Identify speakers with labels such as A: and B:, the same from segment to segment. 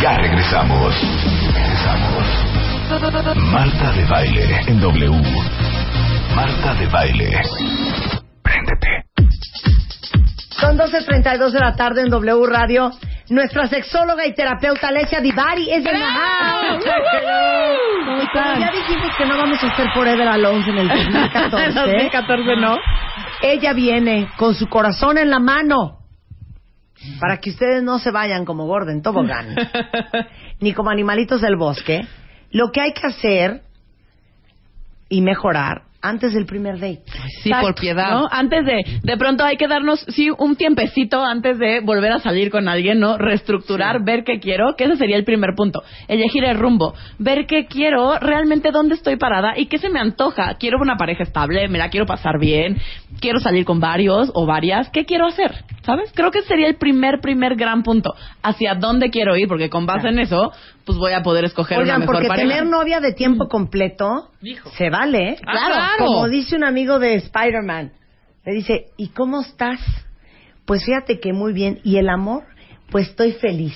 A: Ya regresamos. Regresamos. Marta de baile en W. Marta de baile. Préndete.
B: Son 12.32 de la tarde en W Radio. Nuestra sexóloga y terapeuta Alessia Divari es en la house.
C: ¿Cómo están?
B: Ya dijimos que no vamos a hacer Forever Alone en el 2014.
C: 2014 no.
B: Ella viene con su corazón en la mano para que ustedes no se vayan como Gordon Tobogán ni como animalitos del bosque. Lo que hay que hacer y mejorar antes del primer date.
C: Sí, por piedad. ¿no? Antes de, de pronto hay que darnos, sí, un tiempecito antes de volver a salir con alguien, ¿no? Reestructurar, ver qué quiero, que ese sería el primer punto. Elegir el rumbo, ver qué quiero, realmente dónde estoy parada y qué se me antoja. Quiero una pareja estable, me la quiero pasar bien, quiero salir con varios o varias, ¿qué quiero hacer? ¿Sabes? Creo que sería el primer, primer gran punto. Hacia dónde quiero ir, porque con base en eso, pues voy a poder escoger
B: Oigan,
C: una mejor
B: porque
C: pareja.
B: tener novia de tiempo completo
C: Hijo.
B: se vale. ¿eh?
C: Ah, claro.
B: Como dice un amigo de Spider-Man, le dice, ¿y cómo estás? Pues fíjate que muy bien. ¿Y el amor? Pues estoy feliz.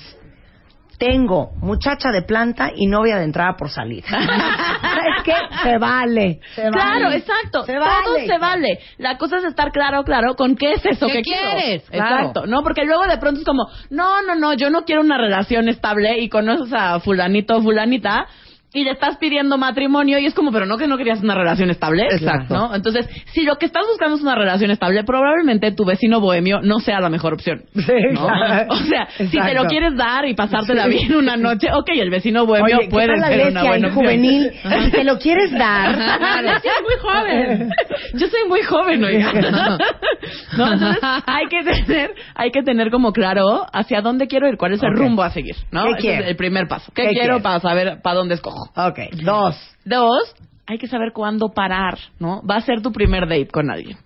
B: Tengo muchacha de planta y novia de entrada por salida. es que se vale. se
C: Claro,
B: vale.
C: exacto.
B: Se vale.
C: Todo se vale. La cosa es estar claro, claro, con qué es eso
D: ¿Qué
C: que quiero.
D: quieres?
C: Exacto. No, porque luego de pronto es como, no, no, no, yo no quiero una relación estable y conoces a fulanito o fulanita y le estás pidiendo matrimonio y es como, pero no que no querías una relación estable.
B: Exacto.
C: ¿No? Entonces, si lo que estás buscando es una relación estable, probablemente tu vecino bohemio no sea la mejor opción.
B: Sí,
C: ¿no?
B: exacto.
C: O sea, si te
B: Exacto.
C: lo quieres dar y pasártela bien una noche, ok, el vecino bohemio
B: Oye, ¿qué
C: puede
B: tal la
C: ser una
B: Alessia
C: buena
B: en
C: opción.
B: juvenil? Si te lo quieres dar,
C: Yo soy muy joven. Yo soy muy joven, oiga. No, entonces hay que tener, hay que tener como claro hacia dónde quiero ir, cuál es el
B: Ok.
C: rumbo a seguir, ¿no?
B: ¿Qué
C: Ese
B: quiero?
C: es el primer paso. ¿Qué,
B: ¿Qué
C: quiero
B: quiero?
C: para saber para dónde escojo?
B: Ok, dos.
C: Dos, hay que saber cuándo parar, ¿no? Va a ser tu primer date con alguien.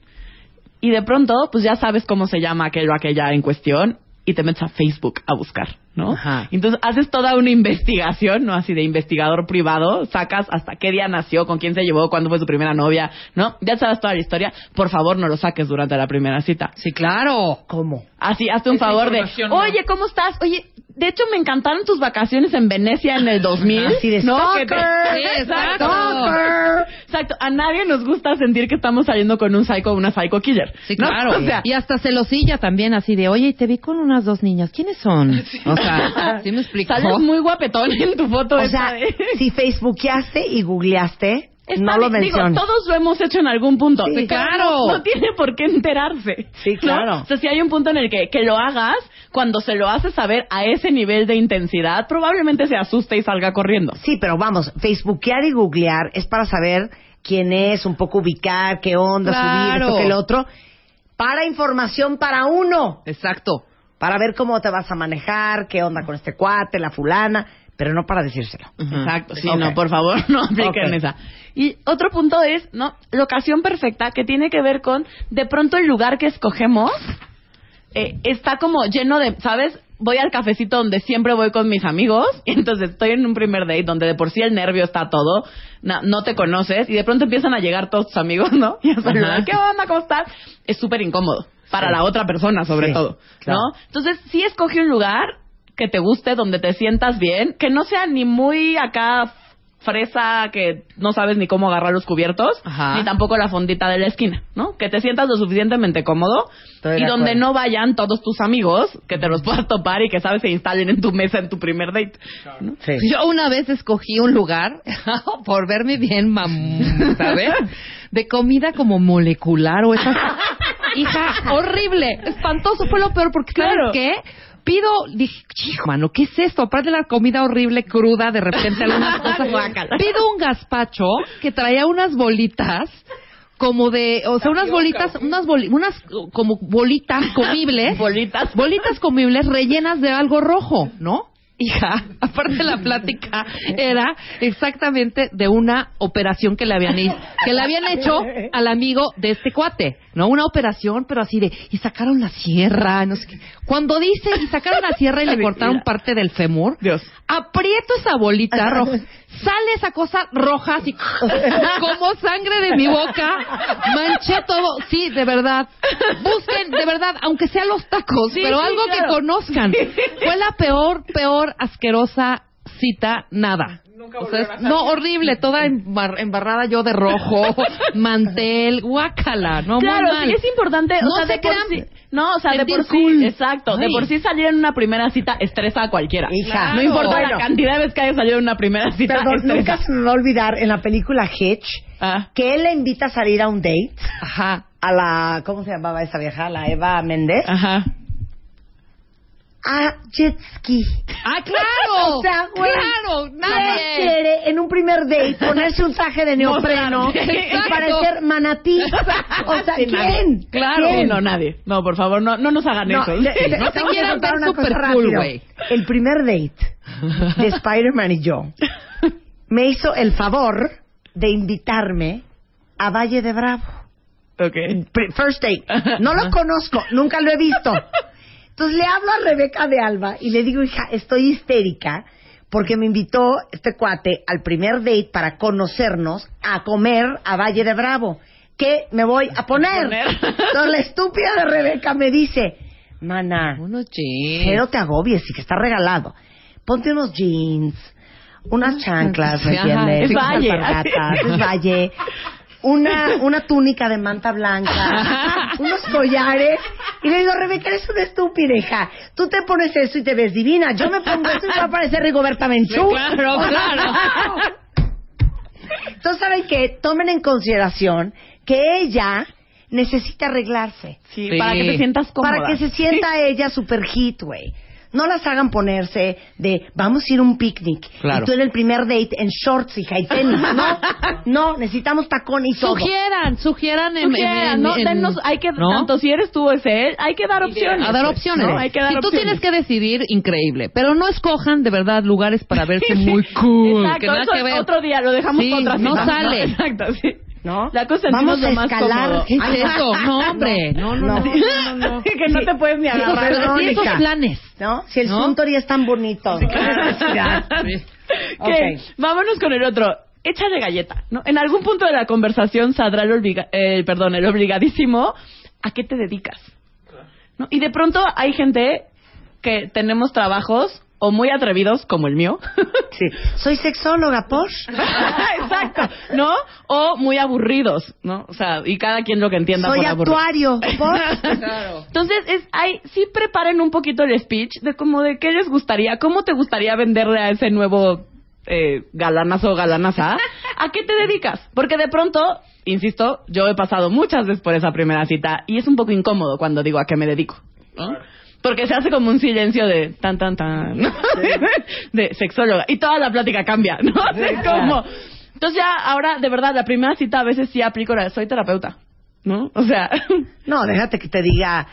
C: Y de pronto, pues ya sabes cómo se llama aquello o aquella en cuestión y te metes a Facebook a buscar, ¿no?
D: Ajá.
C: Entonces haces toda una investigación, ¿no? Así de investigador privado, sacas hasta qué día nació, con quién se llevó, cuándo fue su primera novia, ¿no? Ya sabes toda la historia. Por favor, no lo saques durante la primera cita.
D: Sí, claro.
B: ¿Cómo?
C: Así, hazte un favor de,
D: información, ¿no?
C: oye, ¿cómo estás? Oye, de hecho me encantaron tus vacaciones en Venecia en el 2000.
B: Así de
C: Que te-
B: stalker.
C: Sí,
D: exacto.
C: exacto. Exacto. A nadie nos gusta sentir que estamos saliendo con un psycho o una psycho killer.
D: Sí,
C: ¿no?
D: claro.
C: O sea,
D: y hasta celosilla también, así de, oye, te vi con unas dos niñas. ¿Quiénes son? O sea, ¿sí me explicó?
C: sales muy guapetón en tu foto.
B: O
C: esa
B: sea,
C: de-
B: si facebookeaste y googleaste,
C: Está
B: no lo
C: bien, digo,
B: menciones.
C: todos lo hemos hecho en algún punto.
B: Sí,
C: pero
D: claro.
C: No, no tiene por qué enterarse.
B: Sí,
C: ¿no?
B: claro.
C: O sea, si hay un punto en el que, que lo hagas, cuando se lo haces saber a ese nivel de intensidad, probablemente se asuste y salga corriendo.
B: Sí, pero vamos, facebookear y googlear es para saber quién es, un poco ubicar, qué onda, subir,
D: Claro.
B: esto que el otro. Para información para uno,
D: Exacto.
B: para ver cómo te vas a manejar, qué onda con este cuate, la fulana, pero no para decírselo.
C: Exacto, sí,
B: Ok.
C: no, por favor, no apliquen
B: Ok.
C: esa. Y otro punto es, ¿no? Locación perfecta que tiene que ver con, de pronto el lugar que escogemos eh, está como lleno de, ¿sabes? Voy al cafecito donde siempre voy con mis amigos, y entonces estoy en un primer date donde de por sí el nervio está todo, na- no, te conoces, y de pronto empiezan a llegar todos tus amigos, ¿no? Y a saludar,
D: Ajá.
C: ¿qué onda? ¿Cómo estás? Es súper incómodo, para la otra persona sobre
B: Sí,
C: todo,
B: claro.
C: ¿no? Entonces, sí escoge un lugar que te guste, donde te sientas bien, que no sea ni muy acá fresa, que no sabes ni cómo agarrar los cubiertos,
D: Ajá.
C: ni tampoco la fondita de la esquina, ¿no? Que te sientas lo suficientemente cómodo
B: Estoy
C: y
B: de
C: donde
B: acuerdo.
C: no vayan todos tus amigos, que te los puedas topar y que, sabes, se instalen en tu mesa en tu primer date. ¿no?
B: Sí.
D: Yo una vez escogí un lugar por verme bien, mam, ¿sabes? De comida como molecular o esas. Hija, horrible, espantoso, fue lo peor porque ¿sabes
C: Claro.
D: qué? Pido, dije, hijo, mano, ¿qué es esto? Aparte de la comida horrible, cruda, de repente algunas cosas.
C: Guácala.
D: Pido un gazpacho que traía unas bolitas como de, o sea, unas bolitas, unas boli- unas uh, como bolitas comibles
C: Bolitas.
D: bolitas comibles rellenas de algo rojo, ¿no? hija, aparte la plática era exactamente de una operación que le habían hecho, que le habían hecho al amigo de este cuate, ¿no? Una operación, pero así de, y sacaron la sierra, no sé qué. Cuando dice, y sacaron la sierra y le cortaron parte del fémur,
C: Dios.
D: aprieto esa bolita roja, sale esa cosa roja así, como sangre de mi boca, manché todo, sí, de verdad, busquen, de verdad, aunque sean los tacos,
C: Sí,
D: pero
C: sí,
D: algo que
C: claro.
D: conozcan. Fue la peor, peor, asquerosa cita, nada. O sea, es- no, horrible, toda embar- embarrada yo de rojo, mantel, guácala, no
C: Claro,
D: muy mal.
C: sí, es importante.
D: No
C: o sea,
D: se
C: de por
D: crean-
C: sí- No, o sea, de
D: sentir
C: por
D: cool.
C: sí. Exacto. De
D: Ay.
C: por sí salir en una primera cita estresa a cualquiera.
B: Hija,
D: Claro.
C: No importa
B: Bueno.
C: la cantidad de veces que haya salido en una primera cita.
B: Perdón,
C: estresa.
B: nunca se me va a olvidar en la película Hitch
C: Ah.
B: que él la invita a salir a un date
D: Ajá,
B: a la, ¿cómo se llamaba esa vieja? La Eva Méndez.
D: ajá.
B: A jet ski.
D: ¡Ah, claro!
B: O sea, güey,
D: ¡Claro!
B: ¿Quién
D: ¡Nadie!
B: quiere en un primer date ponerse un traje de neopreno
D: No, claro.
B: y
D: Exacto.
B: parecer manatí? O sea,
C: Sí, nadie.
B: ¿quién?
D: Claro.
C: Sí,
B: ¿Quién?
C: no, nadie. No, por favor, no, no nos hagan eso.
B: le- le-
D: no
B: les
D: te
B: voy a
D: quieran
B: contar
D: ver
B: una cosa
D: super cool,
B: rápido.
D: güey.
B: El primer date de Spider-Man y yo me hizo el favor de invitarme a Valle de Bravo.
C: Ok.
B: Pri- First date. No lo conozco, nunca lo he visto. Entonces le hablo a Rebeca de Alba y le digo, hija, estoy histérica porque me invitó este cuate al primer date para conocernos a comer a Valle de Bravo. ¿Qué me voy a poner?
C: Poner.
B: Entonces la estúpida de Rebeca me dice, mana,
D: Uno jeans.
B: pero te agobies y que está regalado. Ponte unos jeans, unas chanclas, ¿me
D: Ajá,
B: entiendes?
D: es
B: Unas
C: valle.
B: alpargatas, es valle. Una, una túnica de manta blanca, unos collares. Y le digo, Rebeca, eres una estúpida, hija. Tú te pones eso y te ves divina. Yo me pongo eso y me va a parecer Rigoberta Menchú.
D: Claro, claro.
B: Entonces, ¿saben qué? Tomen en consideración que ella necesita arreglarse.
C: Sí,
D: Sí.
C: para que te sientas cómoda.
B: Para que se sienta ella super hit, güey. No las hagan ponerse de vamos a ir a un picnic.
D: Claro.
B: Y tú en el primer date en shorts, hija, y tenis. No, no, necesitamos tacón y todo.
D: Sugieran, sugieran en,
C: Sugiera,
D: en-
C: ¿no?
D: en-
C: Dennos- hay que,
D: ¿no?
C: tanto si eres tú o ese él, hay que dar opciones.
D: A dar
C: pues,
D: opciones.
C: ¿no? Hay que dar
D: si tú
C: opciones.
D: tienes que decidir, increíble. Pero no escojan de verdad lugares para verse muy cool.
C: Exacto,
D: que nada
C: eso
D: que ver.
C: otro día lo dejamos
D: Sí,
C: para otra
D: no
C: cita,
D: sale.
C: Exacto, sí.
B: ¿No?
C: La cosa es
B: Vamos
C: sentirnos
B: a
C: lo más
B: escalar.
C: cómodo.
D: ¿Qué es eso? No, hombre. No, no, no.
B: No.
C: que no te puedes ni
D: Esos-
C: agarrar.
D: pero
B: perdón,
D: sí, esos
B: hija.
D: planes.
B: ¿No? Si el
D: ¿No?
B: Suntory es tan bonito. ¿qué necesidad?
C: Que,
B: Ok.
C: Vámonos con el otro. Échale galleta, ¿no? En algún punto de la conversación saldrá el, obliga- eh, perdón, el obligadísimo a qué te dedicas. ¿No? Y de pronto hay gente que tenemos trabajos o muy atrevidos, como el mío,
B: Sí. Soy sexóloga, por.
C: Exacto, ¿no? O muy aburridos, ¿no? O sea, y cada quien lo que entienda
B: Soy
C: por aburrido.
B: actuario, por.
C: Entonces, es, hay, sí preparen un poquito el speech de como de qué les gustaría, cómo te gustaría venderle a ese nuevo eh, galanazo o galanaza, a qué te dedicas. Porque de pronto, insisto, yo he pasado muchas veces por esa primera cita y es un poco incómodo cuando digo a qué me dedico. ¿no? Porque se hace como un silencio de tan, tan, tan, de sexóloga. Y toda la plática cambia, ¿no? Es como... Entonces ya ahora, de verdad, la primera cita a veces sí aplico la de soy terapeuta, ¿no? O sea,
B: No, déjate que te diga,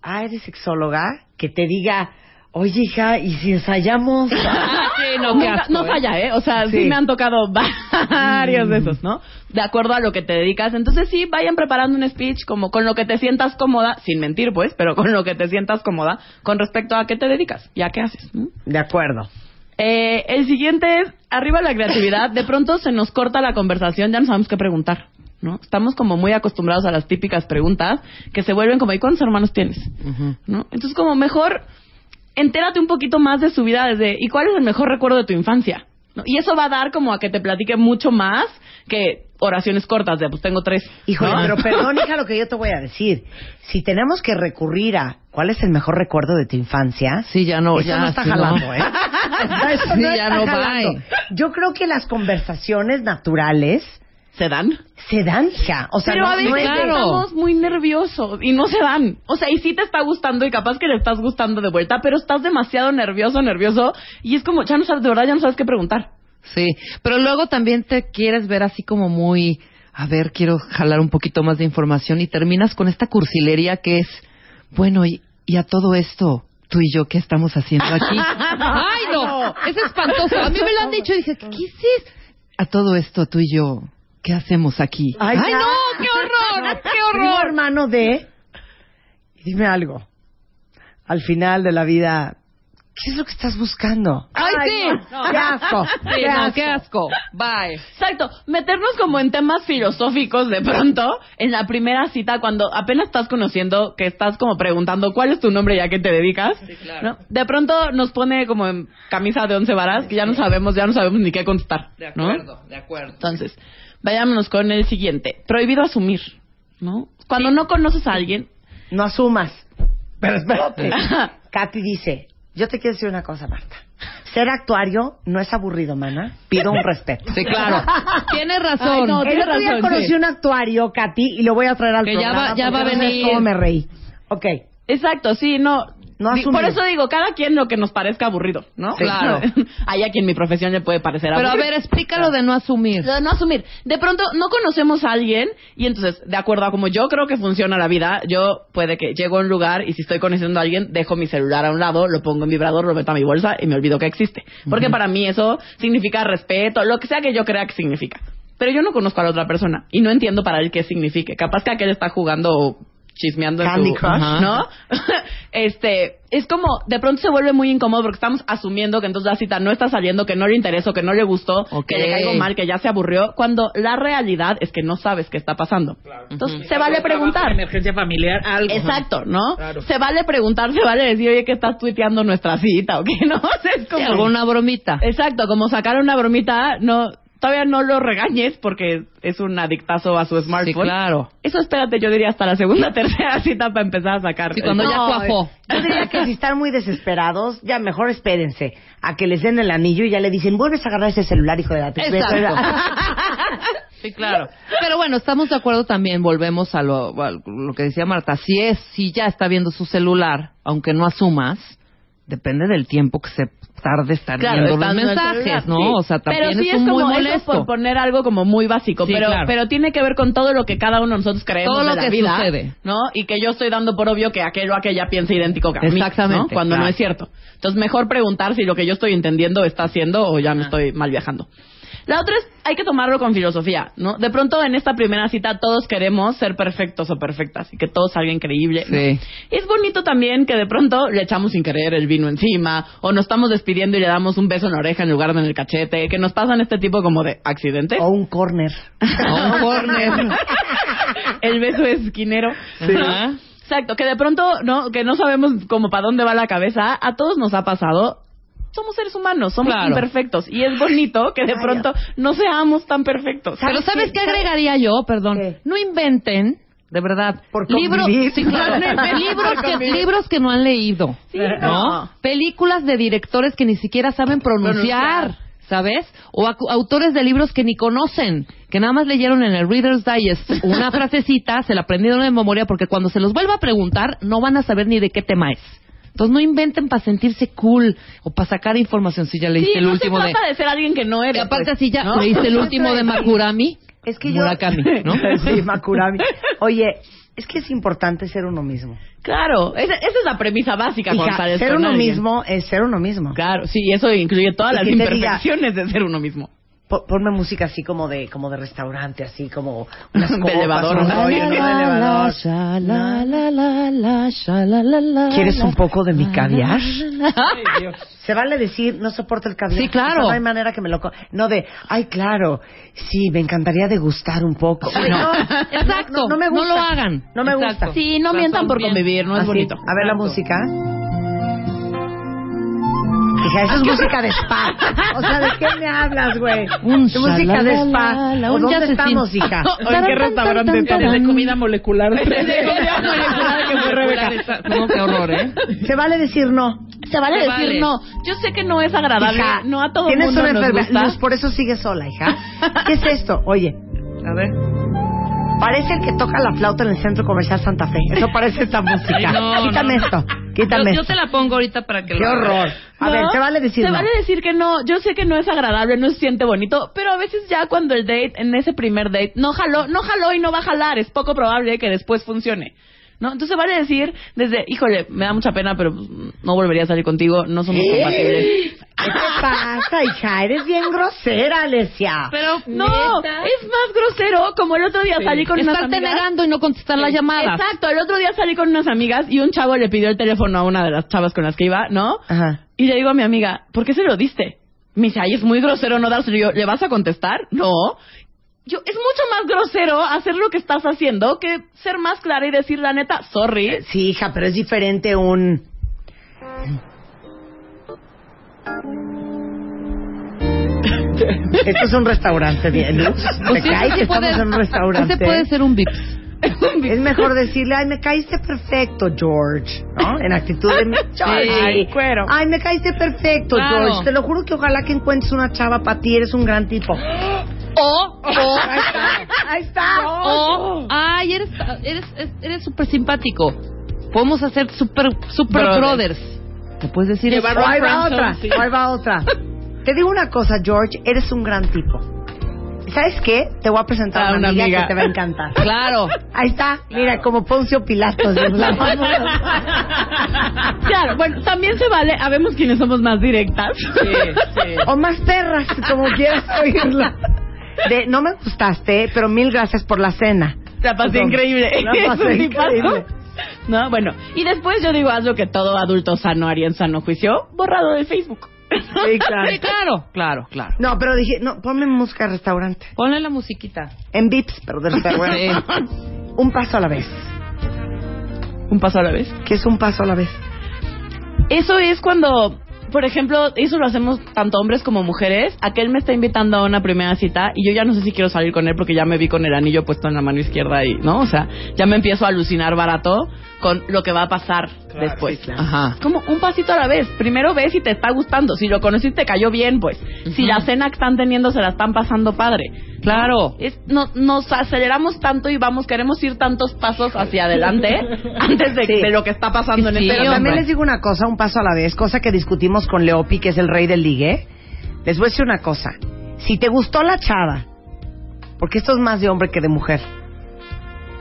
B: ah, eres sexóloga, que te diga, oye, hija, ¿y si ensayamos?
D: Sí, no, qué
C: Nunca-
D: asco,
C: no
D: ¿eh?
C: falla, ¿eh? O sea, sí,
B: Sí.
C: me han tocado varios de esos, ¿no? De acuerdo a lo que te dedicas. Entonces, sí, vayan preparando un speech como con lo que te sientas cómoda, sin mentir, pues, pero con lo que te sientas cómoda con respecto a qué te dedicas y a qué haces. ¿no?
B: De acuerdo.
C: Eh, el siguiente es, arriba la creatividad, de pronto se nos corta la conversación, ya no sabemos qué preguntar, ¿no? Estamos como muy acostumbrados a las típicas preguntas que se vuelven como, ¿y cuántos hermanos tienes? ¿No? Entonces, como mejor, entérate un poquito más de su vida desde, ¿y cuál es el mejor recuerdo de tu infancia? ¿No? Y eso va a dar como a que te platique mucho más que oraciones cortas de, pues tengo tres.
B: Híjole,
C: ¿no?
B: pero perdón, hija, lo que yo te voy a decir. Si tenemos que recurrir a cuál es el mejor recuerdo de tu infancia,
D: Sí, ya no.
B: eso
D: Oh, ya,
B: no está
D: sí,
B: jalando, ¿eh? Eso
D: Sí,
B: no
D: ya
B: está
D: no, eh.
B: jalando.
D: bye.
B: Yo creo que las conversaciones naturales
C: ¿Se dan?
B: se dan ya. O sea,
C: pero
B: no,
C: a veces
B: no es de-
D: claro.
C: estamos muy nerviosos y no se dan. O sea, y sí te está gustando y capaz que le estás gustando de vuelta, pero estás demasiado nervioso, nervioso y es como, ya no sabes, de verdad ya no sabes qué preguntar.
D: Sí, pero luego también te quieres ver así como muy, a ver, quiero jalar un poquito más de información y terminas con esta cursilería que es, bueno, y, y a todo esto, tú y yo, ¿qué estamos haciendo aquí? ¡Ay, no! Es espantoso. A mí me lo han dicho y dije, ¿qué hiciste? A todo esto, tú y yo, ¿qué hacemos aquí?
B: Ay,
D: ¡Ay,
B: ya.
D: no! ¡Qué horror! ¡Qué
B: Primo
D: horror!
B: hermano de. Dime algo. Al final de la vida, ¿qué es lo que estás buscando?
D: ¡Ay, sí!
B: no. ¡Qué asco!
D: Sí,
B: ¡Qué
D: no,
B: asco!
D: ¡Qué asco! ¡Bye!
C: Exacto, meternos como en temas filosóficos de pronto en la primera cita cuando apenas estás conociendo, que estás como preguntando cuál es tu nombre y a qué te dedicas. ¿no? De pronto nos pone como en camisa de once varas que ya no sabemos, ya no sabemos ni qué contestar. ¿no?
D: de acuerdo.
C: Entonces, vayámonos con el siguiente. Prohibido asumir, ¿no? Cuando no conoces a alguien,
B: No asumas. Pero espérate. Katy dice, yo te quiero decir una cosa, Marta. Ser actuario no es aburrido, mana. Pido un respeto.
D: Sí, claro. Tienes razón.
C: Ay, no,
B: El
C: tienes
B: otro día
C: razón,
B: conocí
C: sí.
B: un actuario, Katy, y lo voy a traer al
D: Que ya
B: programa.
D: va- ya
B: porque
D: va a
B: no sabes
D: venir.
B: cómo me reí. Ok.
C: Exacto, sí, no.
B: No
C: Di-
B: asumir.
C: Por eso digo, cada quien lo que nos parezca aburrido, ¿no?
D: Sí, claro.
C: Hay a quien mi profesión le puede parecer
D: Pero
C: aburrido.
D: a ver, explícalo de no asumir.
C: Lo de no asumir. De pronto no conocemos a alguien y entonces, de acuerdo a como yo creo que funciona la vida, yo puede que llego a un lugar y si estoy conociendo a alguien, dejo mi celular a un lado, lo pongo en vibrador, lo meto a mi bolsa y me olvido que existe. Porque para mí eso significa respeto, lo que sea que yo crea que significa. Pero yo no conozco a la otra persona y no entiendo para él qué signifique. Capaz que aquel está jugando o chismeando en
B: Candy
C: su-
B: Crush.
C: Ajá. ¿no? este, es como, de pronto se vuelve muy incómodo porque estamos asumiendo que entonces la cita no está saliendo, que no le interesó, que no le gustó,
D: Ok.
C: que le caigo mal, que ya se aburrió, cuando la realidad es que no sabes qué está pasando. Entonces, se vale preguntar.
E: Emergencia familiar, algo.
C: Exacto, ¿no?
E: Claro.
C: Se vale preguntar, se vale decir, oye, que estás tuiteando nuestra cita o qué no. O sea, es como...
D: Alguna bromita.
C: Exacto, como sacar una bromita, no, todavía no lo regañes porque es un adictazo a su
D: Sí,
C: smartphone.
D: claro.
C: Eso espérate, yo diría hasta la segunda, tercera cita para empezar a sacar.
D: Sí, cuando ya cuajó.
B: Yo diría que si están muy desesperados, ya mejor espérense a que les den el anillo y ya le dicen, vuelves a agarrar ese celular, hijo de la
D: Sí, claro. Pero bueno, estamos de acuerdo también, volvemos a lo, a lo que decía Marta. Si es, si ya está viendo su celular, aunque no asumas, depende del tiempo que se tarde estar viendo los
C: estando en el
D: mensajes,
C: celular,
D: ¿no?
C: sí.
D: O sea, también
C: pero sí
D: es, un muy
C: como eso
D: molesto.
C: por poner algo como muy básico,
D: Sí,
C: pero
D: claro.
C: pero tiene que ver con todo lo que cada uno de nosotros creemos
D: Todo lo
C: de la
D: que
C: vida,
D: sucede.
C: ¿no? Y que yo estoy dando por obvio que aquel o aquella piensa idéntico que a mí,
D: Exactamente,
C: ¿no? cuando
D: claro.
C: no es cierto. Entonces, mejor preguntar si lo que yo estoy entendiendo está haciendo o ya me estoy mal viajando. La otra es, hay que tomarlo con filosofía, ¿no? De pronto en esta primera cita todos queremos ser perfectos o perfectas y que todo salga increíble. ¿no?
D: Sí.
C: Es bonito también que de pronto le echamos sin querer el vino encima, o nos estamos despidiendo y le damos un beso en la oreja en lugar de en el cachete, que nos pasan este tipo como de accidentes.
B: O un corner.
D: No, corner.
C: El beso esquinero.
D: Ajá.
C: Exacto, que de pronto, ¿no? Que no sabemos como para dónde va la cabeza. A todos nos ha pasado. Somos seres humanos, somos
D: Claro.
C: imperfectos. Y es bonito que de
B: Ay,
C: pronto no seamos tan perfectos.
D: Pero ¿sabes qué agregaría yo? Perdón.
B: ¿Qué?
D: No inventen, de verdad.
B: Por
D: libros,
B: convivir.
D: sí, claro. libros, que, libros que no han leído.
C: Sí,
D: ¿no?
C: no.
D: Películas de directores que ni siquiera saben pronunciar,
C: Pronunciar.
D: ¿sabes? O acu- autores de libros que ni conocen, que nada más leyeron en el Reader's Digest una frasecita, se la aprendieron de memoria, porque cuando se los vuelva a preguntar, no van a saber ni de qué tema es. Entonces no inventen para sentirse cool o para sacar información si ya
C: Sí,
D: leíste el
C: no
D: último
C: se
D: de...
C: trata de... ser alguien que no
D: Y
C: eres.
D: aparte
C: pues,
D: así ya
C: ¿no?
D: leíste el último de Makurami.
B: Es que yo-
D: Murakami, ¿no?
B: Sí, Makurami. Oye, es que es importante ser uno mismo.
C: Claro, esa, esa es la premisa básica
B: Hija,
C: cuando sales
B: ser
C: con
B: uno
C: alguien.
B: mismo es ser uno mismo.
C: Claro, sí, eso incluye todas
B: Y
C: las
B: que te diga-
C: imperfecciones de ser uno mismo.
B: Po- ponme música así como de como de restaurante, así como unas
C: De
B: copas,
C: elevador,
B: un
C: ¿no?
B: rollo,
C: La,
B: Ah, ¿no?
C: la,
B: de elevador. ¿Quieres un poco de mi caviar? Se vale decir, no soporto el caviar.
D: Sí, claro.
B: O sea, no hay manera que me lo... co- No de, ay, claro, sí, me encantaría degustar un poco. No,
D: Exacto,
B: no, no me gusta.
D: lo hagan.
B: No me
D: Exacto.
B: gusta.
C: Sí, no mientan por convivir, no es
B: Así.
C: bonito.
B: A ver la música. Hija,
C: Ah,
B: eso es música de spa. O sea, ¿de qué me hablas, güey?
D: Un
B: De música de spa.
D: shalalala,
B: ¿O
D: un
B: ¿Dónde
D: jazzecín.
B: estamos, hija?
C: ¿O en qué restaurante
E: En el de comida molecular.
C: que fue Rebeca.
D: No, qué horror, ¿eh?
B: Se vale decir no.
C: Se vale
D: Se
C: decir
D: vale.
C: no. Yo sé que no es agradable,
B: Hija,
C: no a todo
B: tienes
C: mundo
B: una
C: nos
B: enfermedad,
C: gusta.
B: Luz, por eso sigues sola, hija. ¿Qué es esto? Oye,
D: A ver.
B: parece el que toca la flauta en el Centro Comercial Santa Fe. Eso parece esta música.
D: no,
B: quítame
D: no.
B: esto, quítame
D: Yo, yo
B: esto.
D: te la pongo ahorita para que
B: Qué
D: lo hagas.
B: horror. A
C: ¿No?
B: ver, se vale decir
C: Se
B: no.
C: vale decir que no. Yo sé que no es agradable, no se siente bonito, pero a veces ya cuando el date, en ese primer date, no jaló, no jaló y no va a jalar. Es poco probable que después funcione. ¿No? Entonces vale decir desde, híjole, me da mucha pena, pero pues, no volvería a salir contigo, no somos compatibles.
B: ¿Qué te pasa, hija? Eres bien grosera, Alesia.
D: Pero
C: No, es más grosero como el otro día salí con unas
D: estarte
C: amigas.
D: negando y no contestar las llamadas.
C: Exacto, el otro día salí con unas amigas y un chavo le pidió el teléfono a una de las chavas con las que iba, ¿no?
B: Ajá.
C: Y le digo a mi amiga, ¿por qué se lo diste? Me dice, ay, es muy grosero no dárselo. Y Yo, ¿le vas a contestar? No. Yo, es mucho más grosero hacer lo que estás haciendo que ser más clara y decir la neta, "Ah, sorry.
B: Sí, hija, pero es diferente un... Esto es un restaurante, bien. ¿no? Me
D: sí,
B: cae
D: ese
B: que
D: sí puede-
B: estamos en un restaurante.
D: Ese puede ser un vips.
B: Es mejor decirle, ay, me caíste perfecto, George, ¿no? En actitud de... George.
D: Ay,
B: cuero. Ay, me caíste perfecto,
D: Claro.
B: George. Te lo juro que ojalá que encuentres una chava para ti, eres un gran tipo.
D: O, o,
B: Ahí está.
C: Oh,
D: o, ay, eres eres eres súper simpático. Podemos hacer super super
C: Brothers.
D: brothers. Te puedes decir eso?
B: O ahí va otra, o ahí va otra. Te digo una cosa, George, eres un gran tipo. ¿Sabes qué? Te voy a presentar
C: A
B: a una,
C: una
B: amiga,
C: amiga.
B: que te va a encantar.
D: Claro.
B: Ahí está, mira, como Poncio Pilatos.
C: Claro, bueno, también se vale, habemos quienes somos más directas.
B: o más perras, como quieras oírlo. De, no me gustaste, pero mil gracias por la cena.
C: La pasé
B: Perdón.
C: increíble.
B: La
C: Eso
B: pasé
C: sí pasó.
B: increíble.
C: No, bueno. Y después yo digo, haz lo que todo adulto sano haría en sano juicio, borrado de Facebook.
B: Sí, claro.
D: Sí, claro, claro, claro.
B: No, pero dije, no, ponme música de restaurante.
D: Ponle la musiquita.
B: En VIPs, pero de restaurante. Un paso a la vez.
C: Un paso a la vez.
B: ¿Qué es un paso a la vez?
C: Eso es cuando, por ejemplo, eso lo hacemos tanto hombres como mujeres. Aquel me está invitando a una primera cita y yo ya no sé si quiero salir con él porque ya me vi con el anillo puesto en la mano izquierda y, ¿no? O sea, ya me empiezo a alucinar barato con lo que va a pasar después.
D: Ajá.
C: Es como un pasito a la vez. Primero ves si te está gustando. Si lo conociste, te cayó bien, pues. Si la cena que están teniendo se la están pasando padre.
D: Claro.
C: Es- no, nos aceleramos tanto y vamos, queremos ir tantos pasos hacia adelante antes de,
B: Sí.
C: de lo que está pasando en
D: Sí,
C: este
B: Pero también
D: hombre.
B: les digo una cosa, un paso a la vez, cosa que discutimos con Leopi, que es el rey del ligue. Les voy a decir una cosa. Si te gustó la chava, porque esto es más de hombre que de mujer,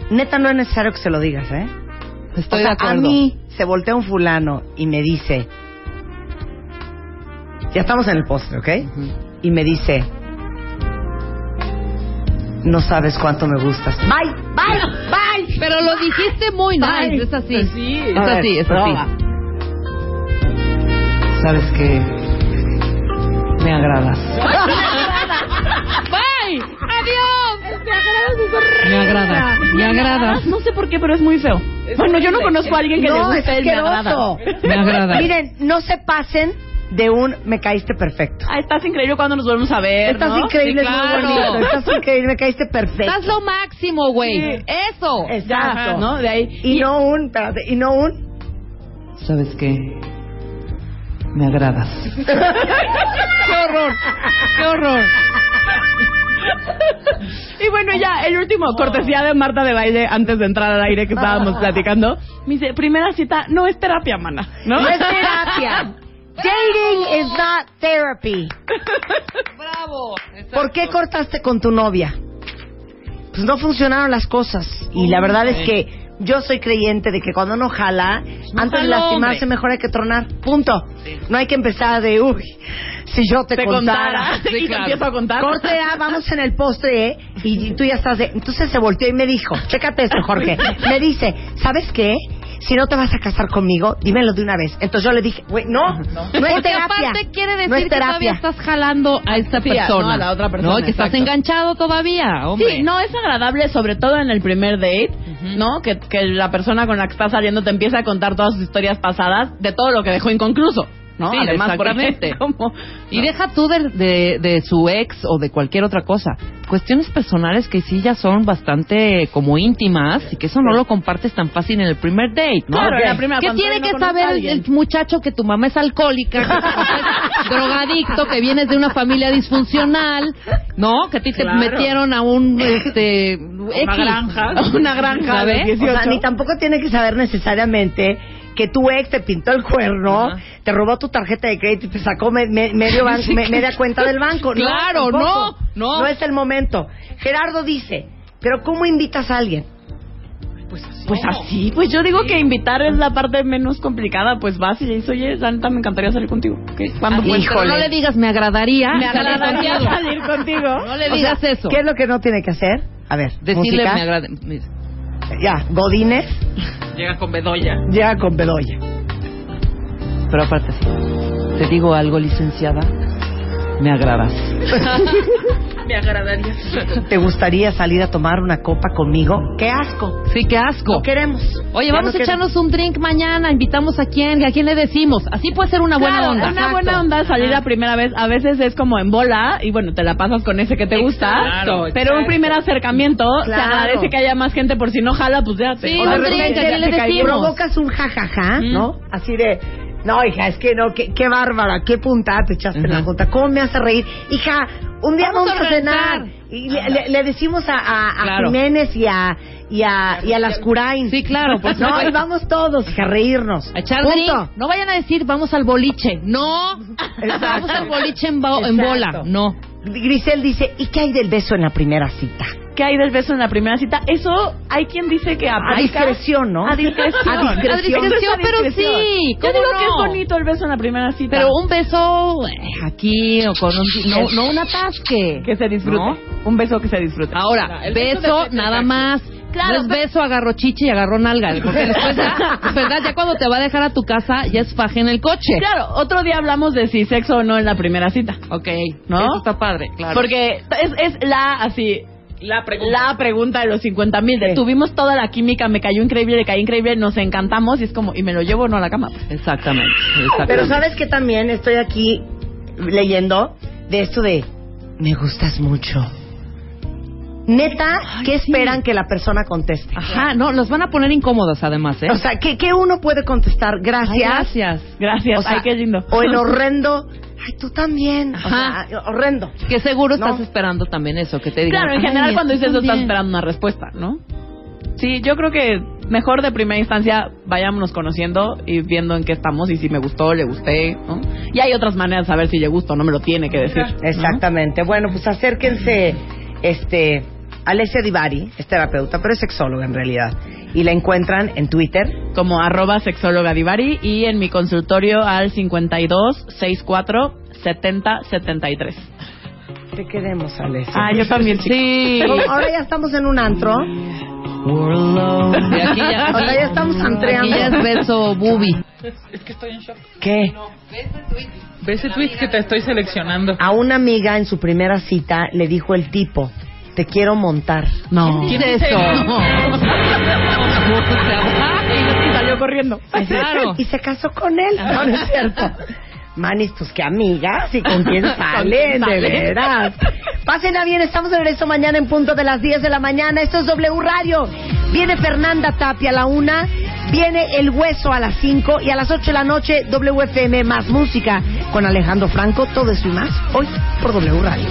B: neta no es necesario que se lo digas, ¿eh? O
D: Estoy
B: sea,
D: de acuerdo.
B: A mí se voltea un fulano y me dice, ya estamos en el postre, ¿ok? Y me dice, no sabes cuánto me gustas. Bye, bye, bye.
D: Pero lo dijiste muy nice, es así.
C: pues
D: Es
B: A ver,
D: así, es así.
B: prueba. Sabes que me agradas.
D: ¡Bye! ¡Adiós! Me agrada, me agrada.
C: No sé por qué, pero es muy feo. bueno, yo no conozco a alguien que le
B: No, es
C: guste el me agrada.
B: asqueroso.
D: Me agrada.
B: Miren, no se pasen de un me caíste perfecto.
C: Ah, estás increíble cuando nos volvemos a ver,
B: Estás
C: ¿no?
B: increíble,
D: Sí,
B: es muy
D: claro.
B: bonito. Estás increíble, me caíste
D: Estás
B: perfecto.
D: lo máximo, güey. Eso.
C: Ya,
B: Exacto.
C: ¿no? De ahí.
B: Y no un, espérate, y no un.
D: ¿Sabes qué? Me agradas. ¡Qué horror! ¡Qué horror!
C: Y bueno, ya, el último, cortesía de Marta de baile antes de entrar al aire que estábamos platicando. Me dice, primera cita, no es terapia, mana. ¿No?
B: No es terapia. Dating is not therapy.
D: ¡Bravo!
B: ¿Por qué cortaste con tu novia? Pues no funcionaron las cosas. Y la verdad es que yo soy creyente de que cuando uno jala, antes de
D: jalo,
B: lastimarse,
D: hombre.
B: mejor hay que tronar. Punto. No hay que empezar de, uy, si yo te,
C: Te contara.
B: contara.
D: Sí,
C: y te
D: claro.
C: empiezo a contar.
B: Corte A, ah, vamos en el postre, ¿eh? Y tú ya estás de... Entonces se volteó y me dijo, chécate esto, Jorge. Me dice, ¿sabes qué? Si no te vas a casar conmigo, dímelo de una vez. Entonces yo le dije, güey, no, no, es
D: Porque
B: terapia.
D: aparte quiere decir
B: no es
D: que todavía
B: todavía
D: estás jalando a esta
C: Sí,
D: persona.
C: no, a la otra persona,
D: No, que estás
C: exacto.
D: enganchado todavía, hombre.
C: Sí, no es agradable, sobre todo en el primer date, ¿no? Que, que la persona con la que estás saliendo te empieza a contar todas sus historias pasadas de todo lo que dejó inconcluso, ¿no?
D: Sí,
C: Además, porque
D: exactamente.
C: es como-
D: Y deja tú de, de, de su ex o de cualquier otra cosa. Cuestiones personales que sí ya son bastante como íntimas y que eso no lo compartes tan fácil en el primer date, ¿no?
C: Claro, en la
D: Ok.
C: primera,
D: ¿Qué
C: cuando
D: tiene
C: todavía
D: que
C: no conoces a
D: saber el,
C: alguien?
D: el muchacho que tu mamá es alcohólica, que tu papá es drogadicto, que vienes de una familia disfuncional, ¿no? Que a ti te
E: Claro.
D: metieron a un, este, X.
E: granja.
D: Una granja,
C: A ver,
D: ¿ves?
C: que sí.
B: O sea,
C: 18.
B: ni tampoco tiene que saber necesariamente que tu ex te pintó el cuerno,
D: Ajá.
B: te robó tu tarjeta de crédito y te sacó me- me- medio ban- me- media cuenta del banco.
D: Claro,
B: tampoco.
D: no, no.
B: No es el momento. Gerardo dice, pero ¿cómo invitas a alguien? Pues así.
C: Pues así, pues yo digo que invitar es la parte menos complicada, pues vas y le dices, oye, la neta me encantaría salir contigo. ¿Qué? ¿Cuándo
D: Así,
C: puedes?
D: pero no le digas, me agradaría.
C: Me agradaría salir contigo.
D: No le digas eso.
B: ¿Qué es lo que no tiene que hacer? A ver,
D: Decirle,
B: música.
D: me agrada. mira.
B: Ya, Godínez
E: Llega con Bedoya.
B: llega con Bedoya.
D: Pero aparte, sí. te digo algo, licenciada. Me agradas.
E: Me agradaría.
B: ¿Te gustaría salir a tomar una copa conmigo? ¡Qué asco!
D: Sí, qué asco.
B: No queremos.
D: Oye,
B: Ya
D: vamos
B: no
D: a
B: queremos.
D: echarnos un drink mañana. Invitamos a quién, a quién le decimos. Así puede ser una buena
C: Claro, Ah.
D: onda.
C: Una buena onda salir la primera vez. A veces es como en bola y bueno, te la pasas con ese que te gusta.
E: Exacto,
C: pero un
E: exacto.
C: primer acercamiento, te
B: Claro.
C: agradece que haya más gente por si no jala, pues ya te.
D: Sí,
B: O de
D: un drink,
B: repente
D: ¿a quién le
B: te cae-
D: decimos? Mm.
B: provocas un jajaja, ¿no? Así de, no, hija, es que no, qué, qué bárbara, qué puntada te echaste en la
D: Ujú.
B: junta, cómo me hace reír. Hija, un día
D: Vamos
B: vamos,
D: a
B: a cenar.
D: organizar.
B: Y le, le- le decimos a, a- a
D: Claro.
B: Jiménez y a, y a, y a las Curain.
D: Sí, claro, por
B: No,
D: supuesto.
B: y vamos todos, hija, a reírnos.
D: A echar
B: Punto.
D: drink. No vayan a decir, vamos al boliche. No.
B: Exacto.
D: Vamos al boliche en, bo- en
B: Exacto.
D: bola. No.
B: Este, Grisel dice, ¿y qué hay del beso en la primera cita?
C: ¿Qué hay del beso en la primera cita? Eso hay quien dice que aplica.
B: A discreción, ¿no?
C: A discreción.
B: A discreción.
D: A discreción, pero
C: discreción.
D: sí,
C: Yo
D: ¿cómo
C: digo
D: no?
C: que es bonito el beso en la primera cita.
D: Pero un beso eh, aquí o con un... No, no un atasque.
C: que se disfrute.
D: ¿No?
C: Un beso que se disfrute.
D: Ahora,
E: el beso
C: este
D: beso
E: depende
D: nada
E: del
D: más.
C: Claro,
D: no es
C: pero-
D: beso, agarró chichi y agarró nalgas. Porque después, ya, es ¿verdad? Ya cuando te va a dejar a tu casa, ya es faje en el coche.
C: Claro, otro día hablamos de si sexo o no en la primera cita.
D: Ok.
C: ¿No?
D: Eso está padre, claro.
C: Porque es, es la así.
E: La pregunta.
C: La pregunta de los 50 mil,
B: Sí.
C: tuvimos toda la química, me cayó increíble, le caí increíble, nos encantamos y es como, y me lo llevo o no a la cama. pues.
D: Exactamente. exactamente.
B: Pero sabes que también estoy aquí leyendo de esto de me gustas mucho. Neta, ¿qué esperan que la persona conteste?
D: Ajá, no, los van a poner incómodos además, ¿eh?
B: O sea, ¿qué, qué uno puede contestar?
D: Ay,
B: Gracias.
D: gracias.
C: Gracias,
B: O sea,
C: ay, qué lindo.
B: O el horrendo. Ay, tú también. O
D: Ajá.
B: sea, horrendo.
D: Que seguro
B: No.
D: estás esperando también eso, que te digan.
C: Claro, en
D: "Ay,
C: general
D: tú
C: cuando dices eso estás
D: también".
C: esperando una respuesta, ¿no? Sí, yo creo que mejor de primera instancia vayámonos conociendo y viendo en qué estamos y si me gustó, le gusté, ¿no? Y hay otras maneras de saber si le gustó, no me lo tiene que decir. ¿no?
B: Exactamente. Bueno, pues acérquense, este, Alessia Divari, es terapeuta, pero es sexóloga en realidad. Y la encuentran en Twitter.
C: Como arroba sexóloga divari y en mi consultorio al 52 64 70 73.
B: Te queremos, Alessia.
C: Ah, yo también, sí.
B: Ahora ya estamos en un antro.
D: Y aquí ya,
B: O sea, ya estamos
D: aquí
B: antreando.
D: ya es beso bubi.
E: Es que estoy en shock.
B: ¿Qué?
E: Ve ese tweet que te estoy seleccionando.
B: A una amiga en su primera cita le dijo el tipo, te quiero montar.
D: No.
E: ¿Quién dice
D: eso?
E: eso?
D: No. Ay,
C: Salió corriendo.
D: Claro.
B: Pues Y se casó con él. No, no es cierto. Manis, pues qué amigas y con quién salen, de veras. Pásenla bien, estamos de regreso mañana en punto de las 10 de la mañana. Esto es W Radio. Viene Fernanda Tapia a la una, viene El Hueso a las 5 y a las 8 de la noche WFM más música con Alejandro Franco. Todo eso y más hoy por W Radio.